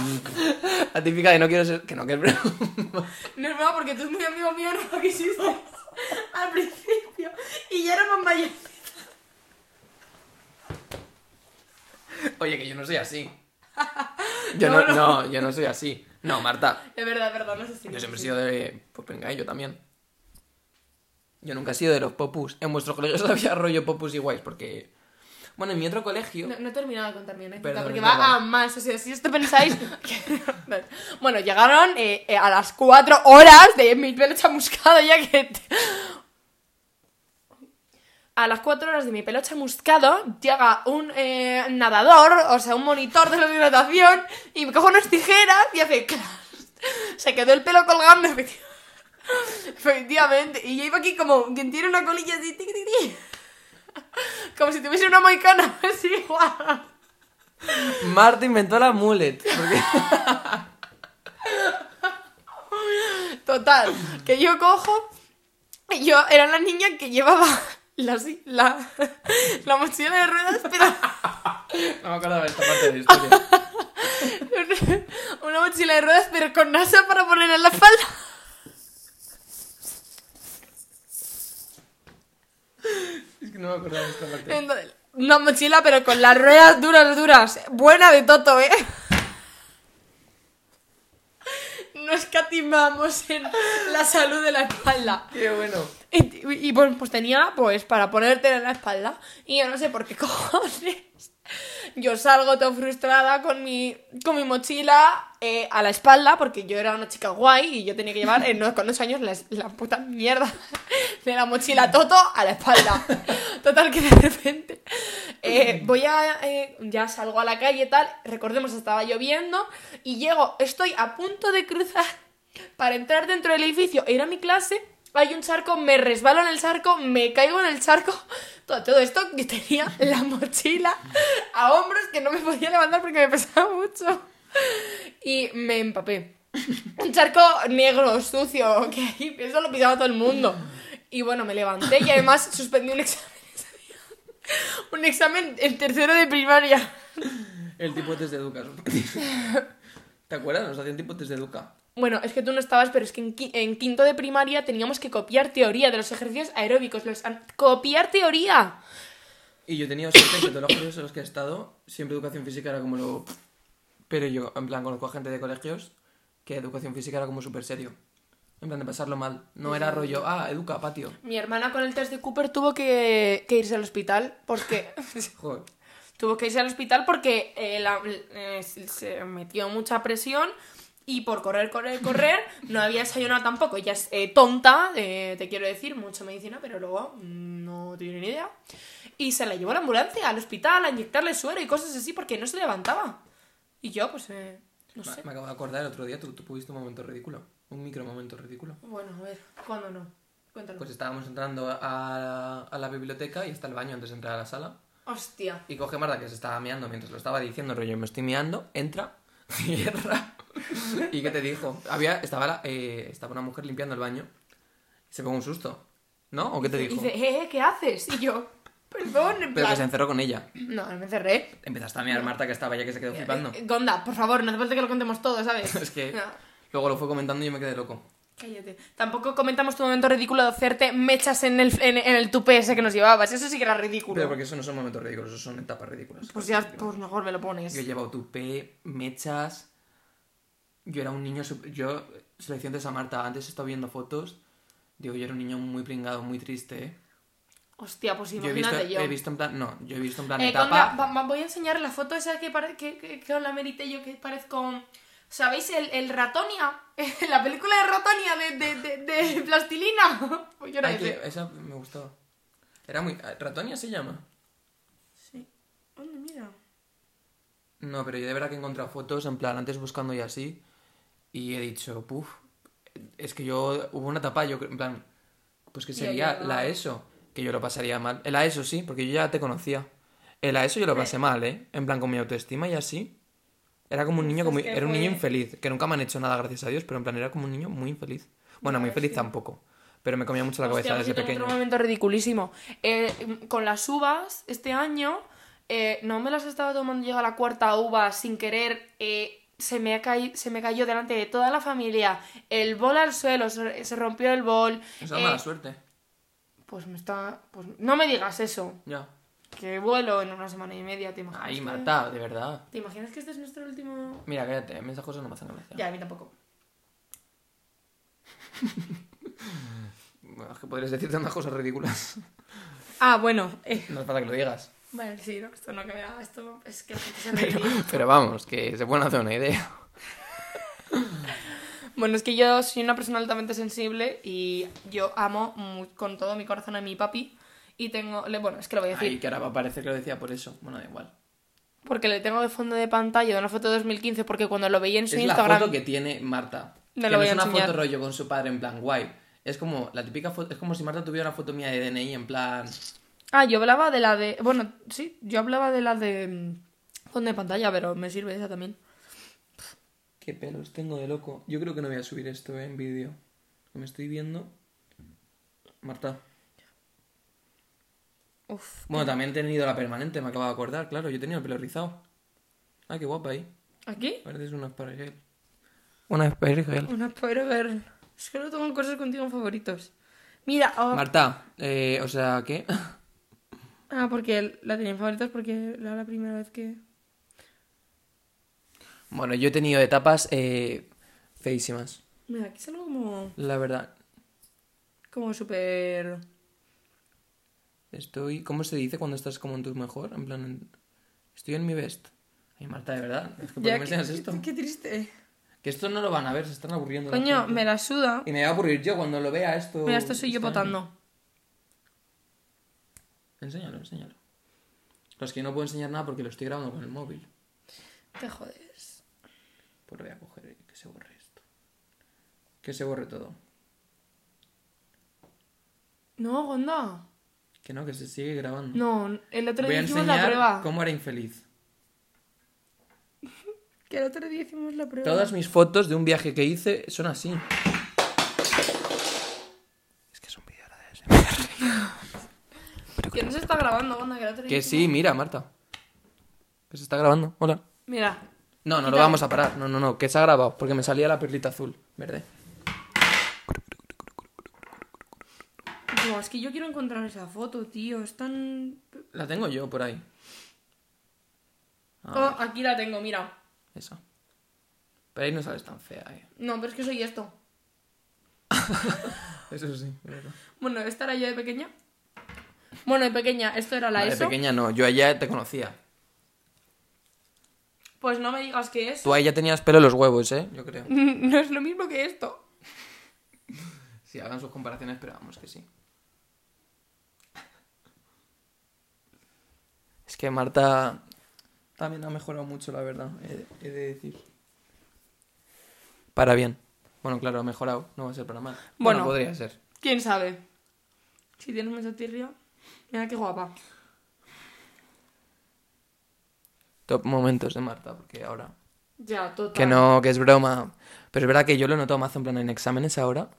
C: la típica de no quiero ser. Que no, que es broma.
A: No es verdad, porque tú es muy amigo mío, no lo quisiste al principio. Y ya era más mayor.
C: Oye, que yo no soy así. Yo
A: No,
C: no, no, yo no soy así. No, Marta,
A: Es verdad, es verdad, no sé si.
C: yo siempre he sido de. Pues bringadillo también. Yo nunca he sido de los popus. En vuestro colegio solo había rollo popus y guays, porque. Bueno, en mi otro colegio.
A: No, no he terminado de contar mi anécdota
C: Perdón,
A: porque
C: es
A: este va
C: verdad.
A: a más. O sea, si esto pensáis. que- bueno, llegaron eh, eh, a las 4 horas de mi pelo chamuscado ya que. te- A las 4 horas de mi pelo chamuscado llega un eh, nadador, o sea, un monitor de la hidratación, y me coge unas tijeras y hace. clas. Se quedó el pelo colgando, efectivamente. Efectivamente. Y yo iba aquí como quien tiene una colilla así, tic, tic, tic. Como si tuviese una moicana, así igual.
C: Marta inventó la mullet. Porque...
A: Total, que yo cojo. y Yo era la niña que llevaba la, si- la, la mochila de ruedas, pero.
C: No me acordaba de esta parte de la historia.
A: Una mochila de ruedas, pero con NASA para poner en la falda.
C: Es que no me acordaba de esta parte.
A: Entonces, Una mochila, pero con las ruedas duras, duras. Buena de Toto, ¿eh? No escatimamos en la salud de la espalda.
C: Qué bueno.
A: Y, y- y, pues, pues tenía, pues, para ponértela en la espalda. Y yo no sé por qué cojones. Yo salgo tan frustrada con mi, con mi mochila eh, a la espalda, porque yo era una chica guay y yo tenía que llevar en, con 8 años la, la puta mierda de la mochila Toto a la espalda. Total, que de repente eh, voy a. eh, ya salgo a la calle tal. Recordemos, estaba lloviendo. Y llego, estoy a punto de cruzar para entrar dentro del edificio e ir a mi clase, hay un charco, me resbalo en el charco, me caigo en el charco. Todo, todo esto que tenía la mochila a hombros que no me podía levantar porque me pesaba mucho. Y me empapé. Un charco negro, sucio, que ahí eso lo pisaba todo el mundo. Y bueno, me levanté y además suspendí un examen. Un examen en tercero de primaria.
C: El tipo test de Educa. ¿Te acuerdas? Nos hacían tipo test de Educa.
A: Bueno, es que tú no estabas, pero es que en, qui- en quinto de primaria teníamos que copiar teoría de los ejercicios aeróbicos. Los an- ¡Copiar teoría!
C: Y yo he tenido suerte en que todos los colegios en los que he estado, siempre educación física era como lo... Pero yo, en plan, conozco a gente de colegios que educación física era como súper serio. En plan, de pasarlo mal. No era rollo, ah, educa, patio.
A: Mi hermana con el test de Cooper tuvo que, que irse al hospital porque...
C: Joder.
A: tuvo que irse al hospital porque eh, la- eh, se metió mucha presión y por correr, correr, correr, no había desayunado tampoco. Ella es eh, tonta, eh, te quiero decir, mucha medicina, pero luego mm, no tiene ni idea. Y se la llevó a la ambulancia al hospital a inyectarle suero y cosas así porque no se levantaba. Y yo, pues, eh, no
C: Me-
A: sé.
C: Me acabo de acordar el otro día, tú, tú tuviste un momento ridículo. Un micro momento ridículo.
A: Bueno, a ver, ¿cuándo no? Cuéntalo.
C: Pues estábamos entrando a, a la biblioteca y está el baño antes de entrar a la sala.
A: Hostia.
C: Y coge Marta que se estaba meando mientras lo estaba diciendo, rollo, me estoy meando, entra, cierra. ¿Y qué te dijo? Había, estaba, la- eh, estaba una mujer limpiando el baño. Se pegó un susto. ¿No? ¿O qué te
A: Y
C: dijo?
A: dice, eh, eh, ¿qué haces? Y yo, perdón, en
C: Pero que se
A: plan...
C: encerró con ella.
A: No, no me cerré.
C: Empezaste a mear Marta que estaba ya que se quedó flipando.
A: Eh, Gonda, por favor, no hace falta que lo contemos todo, ¿sabes?
C: Es que
A: No.
C: luego lo fue comentando y yo me quedé loco.
A: Cállate. Tampoco comentamos tu momento ridículo de hacerte mechas en el, en, en el tupé ese que nos llevabas. Eso sí que era ridículo.
C: Pero porque eso no son momentos ridículos, eso son etapas ridículas.
A: Pues ya, pues mejor me lo pones.
C: Yo he llevado tupé, mechas. Yo era un niño. sup- Yo, selección de San Marta, antes he estado viendo fotos. Digo, yo era un niño muy pringado, muy triste, ¿eh?
A: Hostia, pues
C: Yo he visto,
A: imagínate yo.
C: he visto en plan. No, yo he visto en plan
A: Eh,
C: etapa.
A: Conda, va- va- voy a enseñar la foto esa que, pare- que, que, que os la merite yo que parezco ¿Sabéis el, el Ratonia? La película de Ratonia de, de, de, de Plastilina. Pues yo era
C: Ay,
A: ese.
C: que esa me gustaba. Era muy... eh, ¿Ratonia se llama?
A: Sí. Oye, mira.
C: No, pero yo de verdad que he encontrado fotos, en plan, antes buscando y así, y he dicho, puf, es que yo, hubo una etapa, yo, cre- en plan, pues que
A: Yo
C: sería
A: ya no.
C: la ESO, que yo lo pasaría mal. El AESO sí, porque yo ya te conocía. El AESO yo lo pasé mal, ¿eh? En plan, con mi autoestima y así. Era como un niño, como,
A: Pues es que
C: era un
A: fue-
C: niño infeliz, que nunca me han hecho nada, gracias a Dios, pero en plan, era como un niño muy infeliz. Bueno, muy feliz tampoco, pero me comía mucho la cabeza
A: Pues Hostia, pues yo
C: desde
A: tengo
C: pequeño.
A: Otro momento ridiculísimo. Eh, con las uvas, este año, eh, no me las estaba tomando, llega la cuarta uva sin querer. eh, se, me ha caí- se me cayó delante de toda la familia. El bol al suelo, se, se rompió el bol.
C: Esa
A: eh,
C: mala suerte,
A: pues me está. Pues, no me digas eso.
C: ya.
A: Que vuelo en una semana y media, ¿te imaginas?
C: Ay,
A: que-
C: Marta, de verdad.
A: ¿Te imaginas que este es nuestro último.?
C: Mira, cállate, a mí esas cosas no me hacen gracia.
A: Ya, a mí tampoco.
C: Bueno, es que podrías decir tantas cosas ridículas.
A: Ah, bueno.
C: No hace falta que lo digas.
A: Vale, sí, no, esto no que me da. Esto es que la gente se reiría.
C: Pero vamos, que se pueden hacer una idea.
A: Bueno, es que yo soy una persona altamente sensible y yo amo mu- con todo mi corazón a mi papi. Y tengo. le- bueno, es que lo voy a decir.
C: Ay, que ahora va a parecer que lo decía por eso. Bueno, da igual.
A: Porque le tengo de fondo de pantalla una foto de 2015. Porque cuando lo veía en su
C: es
A: Instagram.
C: la foto que tiene Marta.
A: No
C: que
A: lo voy
C: es
A: a
C: una
A: enseñar.
C: foto rollo con su padre en plan guay. Es como la típica foto, es como si Marta tuviera una foto mía de DNI en plan
A: Ah, yo hablaba de la de. Bueno, sí, yo hablaba de la de. mm, Fondo de pantalla, pero me sirve esa también.
C: qué pelos tengo de loco. Yo creo que no voy a subir esto eh, en vídeo. Me estoy viendo Marta.
A: Uf.
C: Bueno, también he tenido la permanente, me acabo de acordar, claro, yo he tenido el pelo rizado. Ah, qué guapa ahí.
A: ¿Aquí?
C: Pareces una asparagel. Una asparagel.
A: Una pobre ver. Es que no tengo cosas contigo favoritos. Mira, oh,
C: Marta, eh, o sea, ¿qué?
A: ah, porque la tenía en favoritos porque era la primera vez que.
C: Bueno, yo he tenido etapas eh, feísimas,
A: Mira, aquí salgo como.
C: la verdad.
A: Como súper.
C: Estoy, ¿cómo se dice cuando estás como en tu mejor? En plan, en- estoy en mi best. Ay, Marta, de verdad, es que ¿por qué
A: Ya,
C: me
A: qué-
C: enseñas esto?
A: Qué triste.
C: Que esto no lo van a ver, se están aburriendo. la
A: Coño,
C: gente.
A: me la suda.
C: Y me va a aburrir yo cuando lo vea esto.
A: Mira, esto soy yo
C: este año.
A: potando.
C: Enséñalo, enséñalo. Los que yo no puedo enseñar nada porque lo estoy grabando con el móvil.
A: Te jodes.
C: Pues lo voy a coger y que se borre esto. Que se borre todo.
A: No, Gonda.
C: Que no, que se sigue grabando.
A: No, el otro
C: Voy a
A: día hicimos la
C: enseñar
A: prueba.
C: cómo era infeliz.
A: Que el otro día hicimos la prueba.
C: Todas mis fotos de un viaje que hice son así. Es que es un vídeo ahora de
A: Que no se está grabando, Gonda, que el otro día.
C: Que
A: hicimos-
C: sí, mira, Marta. Que se está grabando. Hola.
A: Mira.
C: No, no lo vamos a parar. No, no, no. Que se ha grabado. Porque me salía la perlita azul. Verde.
A: No, es que yo quiero encontrar esa foto, tío. Es tan.
C: La tengo yo por ahí. Ah,
A: Oh, aquí la tengo, mira.
C: Esa. Pero ahí no sales tan fea, eh.
A: No, pero es que soy esto.
C: Eso sí, verdad.
A: Bueno, esta era yo de pequeña. Bueno, de pequeña, esto era la
C: Vale,
A: ESO.
C: pequeña no. Yo allá te conocía.
A: Pues no me digas que es.
C: Tú ahí ya tenías pelo en los huevos, eh. Yo creo.
A: No es lo mismo que esto.
C: Sí, hagan sus comparaciones, pero vamos que sí. Es que Marta también ha mejorado mucho, la verdad, he, he de decir. Para bien. Bueno, claro, ha mejorado, no va a ser para mal.
A: Bueno.
C: podría ser.
A: ¿Quién sabe? Si tienes mucha tirria. Mira qué guapa.
C: Top momentos de Marta, porque ahora...
A: Ya, total.
C: Que no, que es broma. Pero es verdad que yo lo he notado más en plan en exámenes ahora.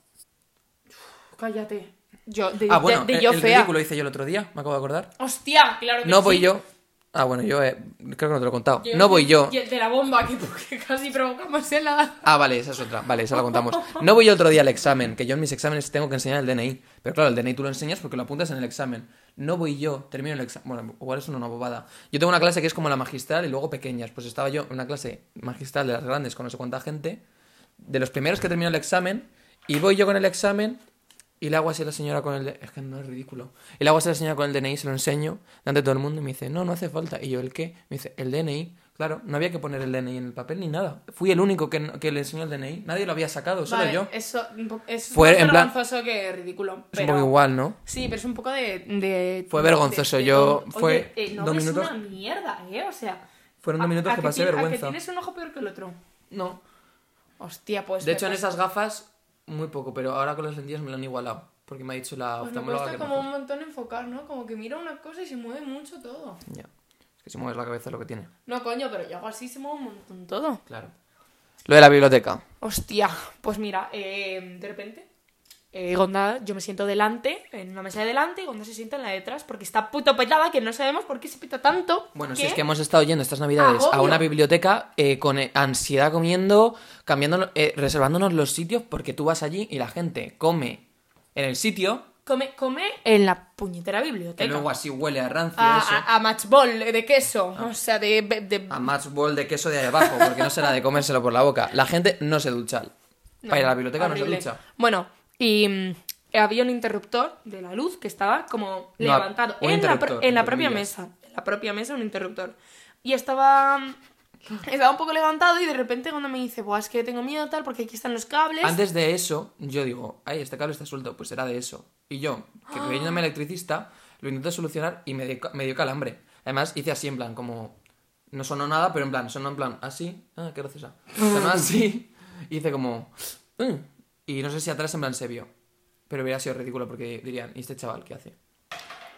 A: Cállate. Yo, de,
C: ah, bueno,
A: de- de
C: el-
A: yo
C: el
A: fea.
C: ridículo hice yo el otro día, me acabo de acordar.
A: Hostia, claro que
C: No voy
A: sí.
C: yo. Ah, bueno, yo eh, creo que no te lo he contado.
A: Yo-
C: no voy yo.
A: Y el de la bomba que, que casi provocamos en la.
C: Ah, vale, esa es otra. Vale, esa la contamos. No voy yo otro día al examen, que yo en mis exámenes tengo que enseñar el DNI. Pero claro, el DNI tú lo enseñas porque lo apuntas en el examen. No voy yo, termino el examen. Bueno, igual es una bobada. Yo tengo una clase que es como la magistral y luego pequeñas. Pues estaba yo en una clase magistral de las grandes con no sé cuánta gente. De los primeros que termino el examen, y voy yo con el examen y le hago así a la señora con el... de- Es que no es ridículo. Y le hago así a la señora con el DNI, se lo enseño delante de todo el mundo y me dice, no, no hace falta. Y yo, ¿el qué? Me dice, el DNI. Claro, no había que poner el DNI en el papel ni nada. Fui el único que, no- que le enseñó el DNI. Nadie lo había sacado, solo
A: Vale,
C: yo. Es
A: Eso un po- es
C: Fue,
A: más
C: en plan-
A: vergonzoso que ridículo.
C: un
A: Pero...
C: poco igual, ¿no?
A: Sí, pero es un poco de. de-
C: Fue
A: de-
C: vergonzoso,
A: de- de
C: yo-
A: todo.
C: fue
A: Oye, el
C: dos
A: nombre es
C: minutos.
A: una mierda, ¿eh? O sea.
C: Fueron dos
A: a-
C: minutos
A: a
C: que pasé
A: ti-
C: vergüenza.
A: A que tienes un ojo peor que el otro.
C: No.
A: Hostia, pues.
C: De
A: me
C: hecho, en
A: pasa-
C: esas gafas, muy poco, pero ahora con las lentillas me lo han igualado. Porque me ha dicho la
A: Pues me
C: oftalmóloga
A: cuesta
C: que
A: como
C: mejor.
A: un montón enfocar, ¿no? Como que mira una cosa y se mueve mucho todo.
C: Ya. Es que si mueves la cabeza es lo que tiene.
A: No, coño, pero yo hago así se mueve un montón todo.
C: Claro. Lo de la biblioteca.
A: Hostia, pues mira, eh, de repente, eh, Gonda, yo me siento delante, en una mesa de delante, y Gonda se sienta en la de atrás, porque está puto petada, que no sabemos por qué se pita tanto.
C: Bueno, si
A: que-
C: es que hemos estado yendo estas navidades a
A: Agobio.
C: una biblioteca eh, con eh, ansiedad comiendo, cambiando, eh, reservándonos los sitios porque tú vas allí y la gente come en el sitio,
A: Come, come en la puñetera
C: que
A: biblioteca.
C: luego así huele a rancio
A: a,
C: eso, Ah.
A: a- a matchball de queso, o sea, de... de- de-
C: a matchball de queso de ahí abajo, porque no será de comérselo por la boca. La gente no se ducha. Para ir a la biblioteca
A: horrible.
C: no se ducha.
A: Bueno, y mm, había un interruptor de la luz que estaba como
C: No,
A: levantado
C: un
A: en la, pro-
C: interruptor,
A: en la
C: entre
A: propia
C: comillas.
A: mesa. En la propia mesa un interruptor. Y estaba... mm, Estaba un poco levantado y de repente cuando me dice, Buah, es que tengo miedo tal, porque aquí están los cables.
C: Antes de eso, yo digo, ay, este cable está suelto, pues será de eso. Y yo, que creyéndome electricista, lo intenté solucionar y me dio, ca- me dio calambre. Además, hice así en plan, como. No sonó nada, pero en plan, sonó en plan, así. Ah, qué graciosa. Sonó así. y hice como. "Mm". Y no sé si atrás en plan se vio. Pero hubiera sido ridículo porque dirían, ¿y este chaval qué hace?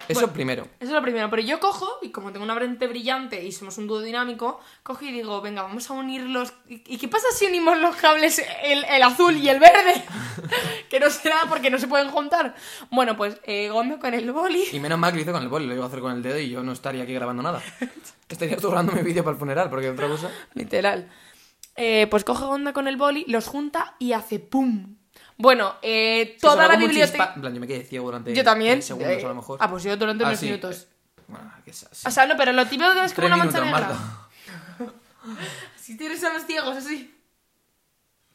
C: Eso primero.
A: Eso es lo primero. Pero yo cojo, y como tengo una frente brillante y somos un dúo dinámico, cojo y digo, venga, vamos a unir los... ¿Y y qué pasa si unimos los cables, el, el azul y el verde? que no será porque no se pueden juntar. Bueno, pues eh, Gondo con el boli...
C: Y menos mal que lo hice con el boli, lo iba a hacer con el dedo y yo no estaría aquí grabando nada. Estaría grabando mi vídeo para el funeral, porque otra cosa.
A: Literal. Eh, pues coge onda con el boli, los junta y hace ¡pum! Bueno, eh, toda
C: Sonó
A: la
C: como un chispa-
A: biblioteca.
C: En plan, yo me quedé ciego durante.
A: Yo también.
C: tres segundos,
A: eh,
C: a lo mejor.
A: Ah, pues yo durante
C: Ah,
A: unos
C: sí.
A: minutos.
C: Bueno, que es así.
A: O sea, no, pero lo típico que es como
C: Tres
A: una
C: minutos,
A: mancha negra.
C: Marta.
A: Si tienes a los ciegos así.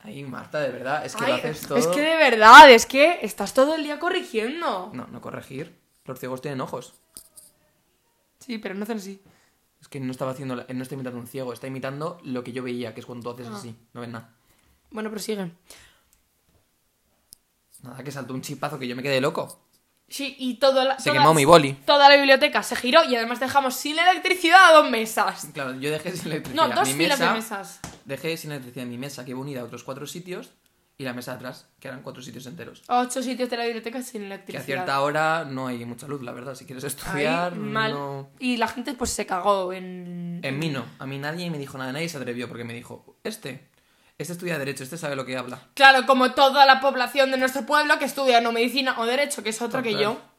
C: Ay, Marta, de verdad, es que
A: Ay,
C: lo haces todo.
A: Es que de verdad, es que estás todo el día corrigiendo.
C: No, no corregir. Los ciegos tienen ojos.
A: Sí, pero no hacen así.
C: Es que no estaba haciendo. la- No está imitando un ciego, está imitando lo que yo veía, que es cuando tú haces
A: Ah.
C: así. No ves nada.
A: Bueno, prosiguen.
C: Nada, que saltó un chipazo que yo me quedé loco.
A: Sí, y todo la,
C: Se
A: toda-
C: quemó mi boli.
A: Toda la biblioteca se giró y además dejamos sin electricidad a dos mesas.
C: Claro, yo dejé sin electricidad.
A: No, dos
C: mi
A: filas
C: mesa,
A: de mesas.
C: Dejé sin electricidad mi mesa, que iba unida a otros cuatro sitios, y la mesa de atrás, que eran cuatro sitios enteros.
A: Ocho sitios de la biblioteca sin
C: Que
A: electricidad.
C: a cierta hora no hay mucha luz, la verdad. Si quieres
A: Ahí,
C: estudiar,
A: mal.
C: no.
A: Y la gente pues se cagó en...
C: En mí no, a mí nadie me dijo nada, nadie se atrevió porque me dijo, este, este estudia derecho, este sabe lo que habla.
A: Claro, como toda la población de nuestro pueblo que estudia no medicina o derecho, que es otro que yo.
C: Total.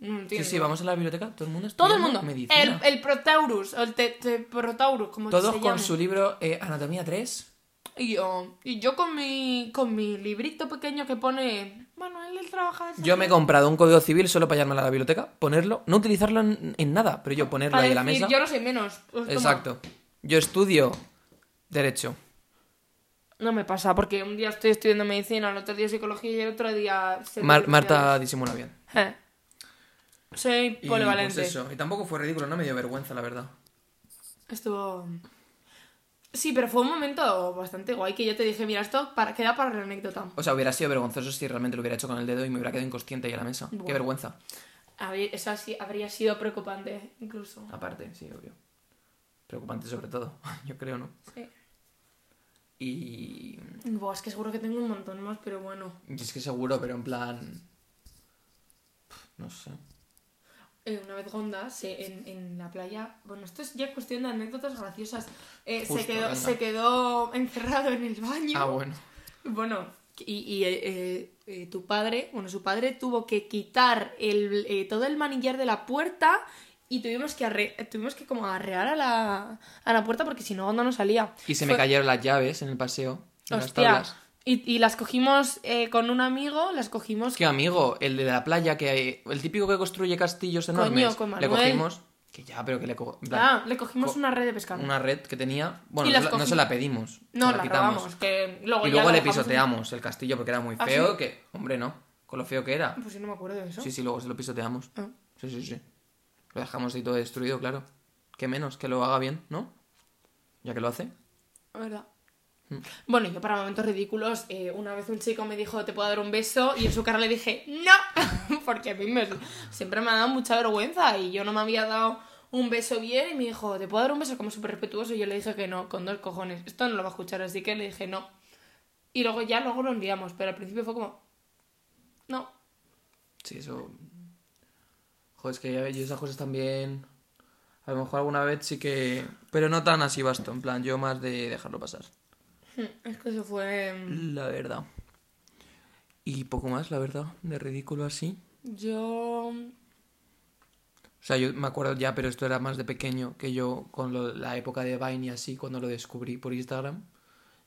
A: No
C: Sí,
A: entiendo.
C: sí, vamos a la biblioteca, todo el mundo
A: Todo el
C: estudiando
A: mundo. El,
C: medicina.
A: el Protaurus, o el te, te- Protaurus, como
C: Todos
A: se
C: con
A: llame.
C: su libro eh, Anatomía 3.
A: Y yo, y yo con, mi, con mi librito pequeño que pone... Bueno, él trabaja...
C: Yo me he comprado un código civil solo para llevarme a la biblioteca, ponerlo, no utilizarlo en, en nada, pero yo ponerlo
A: Para
C: ahí en la
A: decir,
C: mesa.
A: Yo no soy menos. Pues, toma.
C: Exacto. Yo estudio derecho.
A: No me pasa, porque un día estoy estudiando medicina, el otro día psicología y el otro día...
C: Mar- Marta disimula bien.
A: Eh. Soy
C: Y,
A: polivalente.
C: pues, eso. y tampoco fue ridículo, no me dio vergüenza, la verdad.
A: Estuvo. Sí, pero fue un momento bastante guay que yo te dije, mira, esto para, queda para la anécdota.
C: O sea, hubiera sido vergonzoso si realmente lo hubiera hecho con el dedo y me hubiera quedado inconsciente ahí a la mesa. Qué
A: Buah.
C: vergüenza.
A: A ver, eso así habría sido preocupante, incluso.
C: Aparte, sí, obvio. Preocupante sobre todo, yo creo, ¿no?
A: Sí.
C: Y...
A: Buah, es que seguro que tengo un montón más, pero bueno.
C: y es que seguro, pero en plan... No sé.
A: Eh, una vez Gonda, se, en, en la playa, bueno, esto es ya cuestión de anécdotas graciosas, Eh, se,
C: Justo,
A: quedó,
C: venga.
A: se quedó encerrado en el baño.
C: Ah, bueno.
A: Bueno, y, y, eh, eh, eh, tu padre, bueno, su padre tuvo que quitar el, eh, todo el manillar de la puerta y tuvimos que, arre- eh, tuvimos que como arrear a la, a la puerta porque si no, onda no salía.
C: Y se me
A: Fue-
C: cayeron las llaves en el paseo. en las
A: Hostia.
C: tablas.
A: Y, y las cogimos eh, con un amigo, las cogimos...
C: Es que, amigo, el de la playa que hay... El típico que construye castillos
A: Coño,
C: enormes.
A: con
C: le
A: Manuel.
C: cogimos... Que ya, pero que le co- en plan,
A: Ah, le cogimos
C: co-
A: una red de pescar.
C: Una red que tenía... Bueno,
A: Ah. Y
C: no,
A: las
C: se la- no se
A: cogimos.
C: la pedimos.
A: No,
C: se
A: la,
C: la quitamos.
A: robamos, que luego
C: y
A: ya
C: luego
A: la
C: le
A: dejamos en-
C: pisoteamos el castillo porque era muy
A: ¿Ah,
C: feo.
A: sí?
C: Que, hombre, no. Con lo feo que era.
A: Pues yo no me acuerdo de eso.
C: Sí, sí, luego se lo pisoteamos.
A: Ah.
C: Sí, sí, sí. Lo dejamos ahí todo destruido, claro. Que menos, que lo haga bien, ¿no? ya que lo hace.
A: ¿Verdad? Hmm. Bueno, yo para momentos ridículos, eh, una vez un chico me dijo, te puedo dar un beso, y en su cara le dije, no, porque a mí me- siempre me ha dado mucha vergüenza y yo no me había dado un beso bien y me dijo, te puedo dar un beso como súper respetuoso y yo le dije que no, con dos cojones, esto no lo va a escuchar, así que le dije no. Y luego ya luego nos liamos, pero al principio fue como, no,
C: Sí, eso. Joder, es que ya- yo esas cosas también. A lo mejor alguna vez sí que. Pero no tan así basto, en plan, yo más de dejarlo pasar.
A: Hmm, es que eso fue... mm,
C: La verdad. Y poco más, la verdad, de ridículo así.
A: Yo...
C: O sea, yo me acuerdo ya, pero esto era más de pequeño, que yo con lo- la época de Vine y así, cuando lo descubrí por Instagram,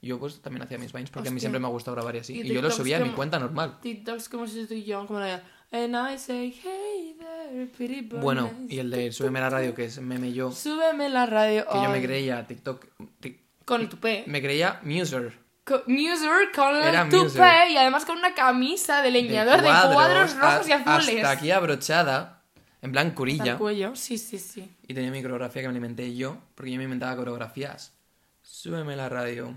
C: yo pues también hacía mis Vines, porque a mí
A: Hostia.
C: siempre me ha gustado grabar y así.
A: Y
C: Y, yo lo
A: TikToks
C: subía a mi
A: como-
C: cuenta normal.
A: TikToks como si estoy yo, como la de, And I say, hey there, pretty boy,
C: Bueno,
A: nice
C: y el de Súbeme a la radio, que es meme yo,
A: Súbeme la radio.
C: que yo me
A: ay.
C: creía TikTok, tic-
A: Con el tupé.
C: me creía Muser.
A: Con- Muser con
C: Era
A: el
C: Muser.
A: tupé y además con una camisa de
C: de
A: leñador de cuadros, rojos y
C: a-
A: azules.
C: Hasta aquí abrochada, en plan
A: Hasta el
C: curilla.
A: cuello. Sí, sí, sí.
C: Y tenía mi coreografía que me la inventé yo, porque yo me inventaba coreografías. Súbeme la radio.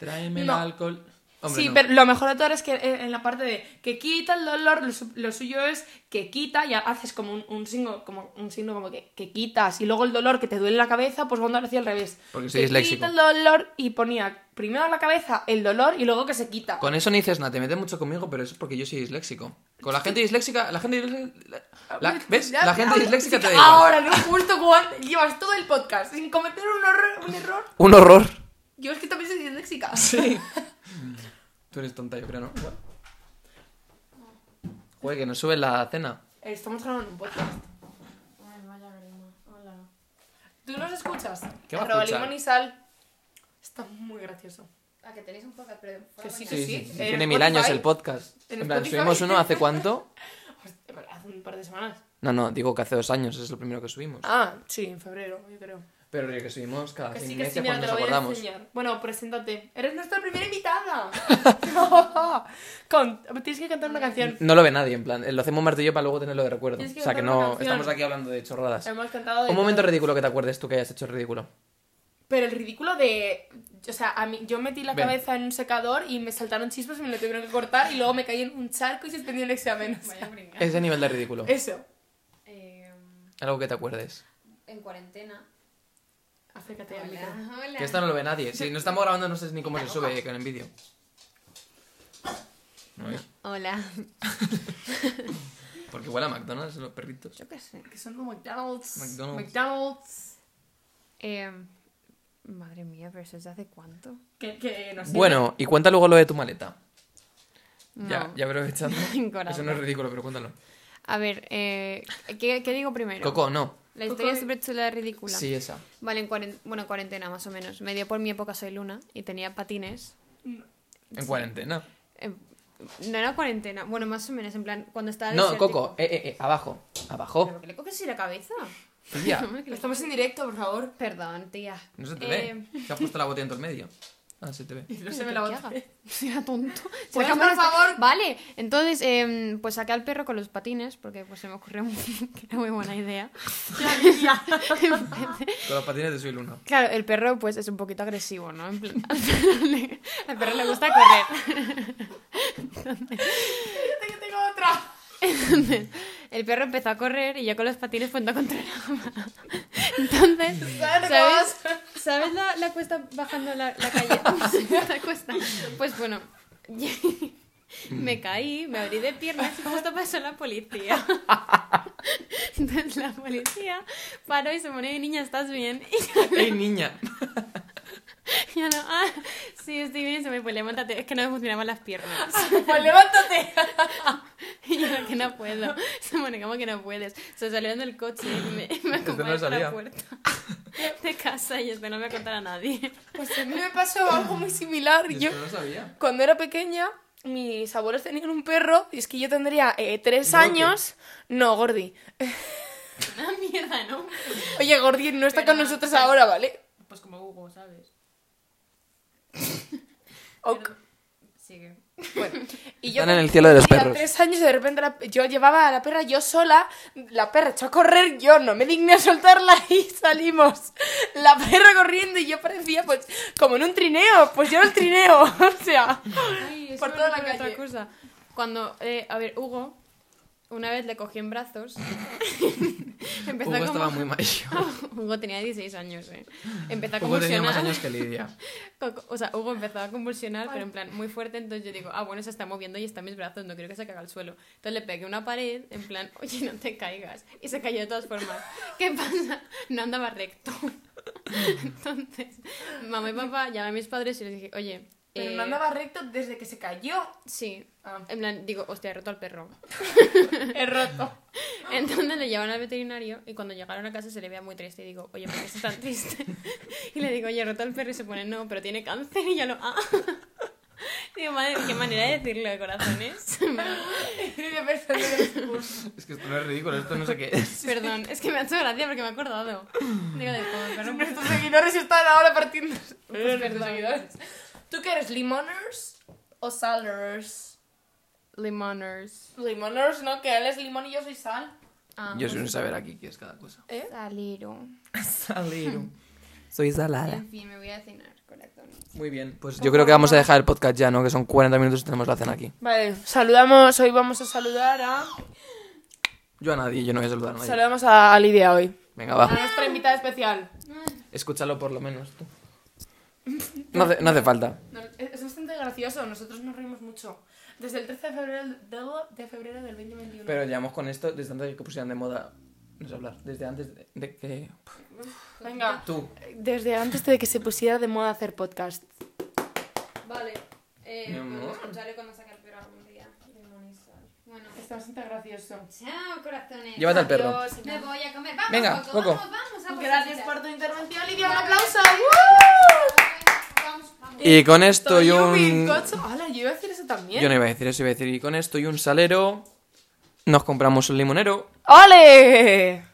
C: Tráeme
A: No.
C: el alcohol. Hombre,
A: sí,
C: no.
A: pero lo mejor de todo es que eh, en la parte de que quita el dolor, lo, su- lo suyo es que quita y haces como un, un signo, como un signo como que, que quitas y luego el dolor que te duele la cabeza, pues cuando lo hacía al revés.
C: Porque soy
A: que
C: disléxico.
A: quita el dolor y ponía primero la cabeza, el dolor y luego que se quita.
C: Con eso no dices nada, te metes mucho conmigo, pero eso es porque yo soy disléxico. Con la gente disléxica, la gente disléxica... la- ¿Ves? La gente disléxica te da igual.
A: Ahora, no justo cuando llevas todo el podcast sin cometer un horror- un error.
C: Un horror.
A: Yo es que también soy disléxica.
C: Sí. Tú eres tonta, yo creo, ¿no? Joder, que nos sube la cena.
A: Estamos grabando un podcast.
B: Ay, vaya broma. Hola.
A: ¿Tú nos escuchas?
C: ¿Qué va a
A: Arroba
C: escuchar?
A: limón y sal. Está muy gracioso.
B: Ah, que tenéis un podcast, pero...
A: Que sí,
B: fuera
A: que sí. En
C: Tiene mil
A: Spotify.
C: años el podcast.
A: En
C: En plan,
A: Spotify.
C: subimos uno hace cuánto?
A: Hostia, pero Hace un par de semanas.
C: No, no, digo que hace dos años, es lo primero que subimos.
A: Ah, sí, en febrero, yo creo.
C: Pero que subimos cada
A: Que
C: seis
A: sí, que
C: meses
A: sí, mira,
C: cuando
A: te
C: nos
A: lo voy a
C: acordamos.
A: enseñar. Bueno, preséntate. Eres nuestra primera invitada. Con- Tienes que cantar una canción.
C: No lo ve nadie, en plan, lo hacemos martillo para luego tenerlo de recuerdo.
A: Tienes que
C: O sea que
A: cantar una
C: no,
A: canción.
C: estamos aquí hablando de chorradas.
A: Hemos cantado de
C: Un momento
A: todo.
C: ridículo que te acuerdes tú que hayas hecho ridículo.
A: Pero el ridículo de. O sea, a mí, yo metí la
C: Ven.
A: cabeza en un secador y me saltaron chispas y me lo tuvieron que cortar y luego me caí en un charco y suspendí el examen. o sea,
B: Vaya brinca.
C: Ese nivel de ridículo.
A: eso.
B: Eh,
C: Algo que te acuerdes.
B: en cuarentena.
A: Acércate al micro.
B: Hola, hola.
C: Que esto no lo ve nadie. Si no estamos grabando no sé ni cómo se sube eh, con el vídeo. No, ¿eh?
B: Hola.
C: Porque huele a McDonald's los perritos.
B: Yo qué sé.
A: Que son como McDonald's.
C: McDonald's.
A: McDonald's.
B: Eh, madre mía, pero eso es de hace cuánto.
A: Que, que no sé.
C: Bueno, y cuenta luego lo de tu maleta.
B: No.
C: Ya, ya aprovechando.
B: Incorrecto.
C: Eso no es ridículo, pero cuéntalo.
B: A ver, eh, ¿qué, qué digo primero?
C: Coco, no.
B: La historia
A: Coco-
B: es súper chula y ridícula.
C: Sí, esa.
B: Vale, en cuaren- bueno, en cuarentena más o menos. Me dio por mi época soy luna y tenía patines.
C: En cuarentena.
B: Eh, no era cuarentena, bueno, más o menos, en plan, cuando estaba...
C: No,
B: desértico.
C: Coco, eh, eh, eh, abajo.
B: ¿Pero
C: Abajo.
B: por qué le coges así la cabeza?
C: Tía,
B: Hombre, que le-
A: Estamos en directo, por favor.
B: Perdón, tía.
C: no se te
B: Eh,
C: ve. Se ha puesto la botella en todo el medio. Ah, se te ve.
A: No
B: ¿Pero
A: se me
B: qué
A: la
B: haga?
A: bota.
B: Sea tonto. Si
A: ¿Puedes,
B: la cámara
A: por
B: está-
A: favor?
B: Vale, entonces, eh, pues saqué al perro con los patines, porque pues se me ocurrió que era muy buena idea.
C: Con los patines de Soy Luna.
B: Claro, el perro pues es un poquito agresivo, ¿no? En plan, Al perro le, al perro le gusta correr.
A: Fíjate que tengo otra.
B: Entonces, el perro empezó a correr y yo con los patines fue contra la cama. Entonces, ¿sabes, ¿sabes la, la cuesta bajando la, la calle? La cuesta. Pues bueno, me caí, me abrí de piernas y justo pasó la policía. Entonces la policía paró y se pone, niña, ¿estás bien? Y
C: ¡Ey, niña!
B: yo no, ah, sí, estoy bien. Y se me fue, levántate, es que no me funcionaban las piernas.
A: Pues levántate.
B: Y yo, que no puedo. Se pone como que no puedes. Se salió del coche y me, me
C: Este
B: acompañó
C: no
B: hasta
C: salía.
B: la puerta de casa y espero no me contar a nadie.
A: Pues a mí me pasó algo muy similar.
C: Yo
A: Yo,
C: esto no lo sabía.
A: cuando era pequeña, mis abuelos tenían un perro y es que yo tendría eh, tres
C: Gordi.
A: años. No, Gordi.
B: Una mierda, ¿no?
A: Oye, Gordi no está con
B: Pero-
A: nosotros ahora, ¿vale?
B: Pues como Hugo, ¿sabes?
A: Ok.
B: Sigue.
A: Bueno, y
C: Están en el cielo de los
A: tenía
C: perros.
A: tres años y de repente la- yo llevaba a la perra yo sola, la perra echó a correr, yo no me digné a soltarla y salimos. La perra corriendo y yo parecía pues como en un trineo, pues yo era el trineo, o sea,
B: Ay,
A: por
B: eso
A: toda
B: me
A: la
B: recuerda a
A: calle.
B: Otra cosa. Cuando, eh, a ver, Hugo, una vez le cogí en brazos. empezó
C: Hugo
B: a
C: estaba
B: como...
C: muy mayor.
B: Hugo tenía 16 años, eh. Empezó a
C: Hugo tenía
B: convulsionar.
C: más años que Lidia.
B: Co- O sea, Hugo empezó a convulsionar, pero en plan muy fuerte. Entonces yo digo, ah, bueno, se está moviendo y está en mis brazos, no quiero que se caiga al suelo. Entonces le pegué una pared, en plan, oye, no te caigas. Y se cayó de todas formas. ¿Qué pasa? No andaba recto. Entonces, mamá y papá llamé a mis padres y les dije, oye.
A: pero
B: eh,
A: no andaba recto desde que se cayó.
B: Sí.
A: Ah,
B: En plan, digo, hostia, he roto al perro.
A: he roto.
B: Entonces le llevan al veterinario y cuando llegaron a casa se le veía muy triste y digo, oye, ¿por qué estás tan triste? Y le digo, oye, he roto al perro y se pone, no, pero tiene cáncer y ya lo... Ah. Digo, madre, qué manera de decirlo de corazones.
A: Y yo pensando en el discurso.
C: Es que esto no es ridículo, esto no sé qué es.
B: Perdón, es que me ha hecho gracia porque me he acordado. Digo, de como el perro... pues,
A: Nuestros seguidores están ahora partiendo.
B: Pues
A: Nuestros
B: perdón.
A: seguidores. ¿Tú qué eres, limoners o salers?
B: Limoners.
A: Limoners, ¿no? Que él es limón y yo soy sal.
B: Ah,
C: Yo soy un saber aquí qué es cada cosa.
B: Salero.
C: Salero. Soy salada.
B: En fin, me voy a cenar, corazones.
C: Muy bien, pues yo creo que vamos a dejar el podcast ya, ¿no? Que son 40 minutos y tenemos la cena aquí.
A: Vale, saludamos, hoy vamos a saludar a...
C: Yo a nadie, yo no voy a saludar a nadie.
A: Saludamos a Lidia hoy. Ah.
C: Venga,
A: A
C: va.
A: nuestra invitada especial.
C: Escúchalo por lo menos tú. No hace, no hace falta.
A: No, es es bastante gracioso, nosotros nos reímos mucho. Desde el 13 de febrero del, de febrero del 2021.
C: Pero llevamos con esto desde antes de que pusieran de moda. No sé hablar. Desde antes de, de que.
A: Venga.
C: Tú.
A: Desde antes de que se pusiera de moda hacer podcast.
B: Vale. Eh,
C: Mi amor.
B: escucharé cuando saque el perro algún día. Bueno.
A: Está bastante gracioso.
B: Chao, corazones.
C: Llévate al perro.
A: Adiós.
B: Me voy a comer. Vamos,
C: Venga,
B: Coco,
C: Coco.
B: Vamos, vamos a por
A: Gracias
B: esa
A: por
B: cita.
A: tu intervención, Lidia. Un aplauso. ¡Woo!
B: Vamos, vamos.
C: Y con esto y
A: Soy un
C: un.
A: bizcocho. Hala, yo iba a decir eso también.
C: Yo no iba a decir eso, iba a decir. Y con esto y un salero. Nos compramos un limonero.
A: ¡Ole!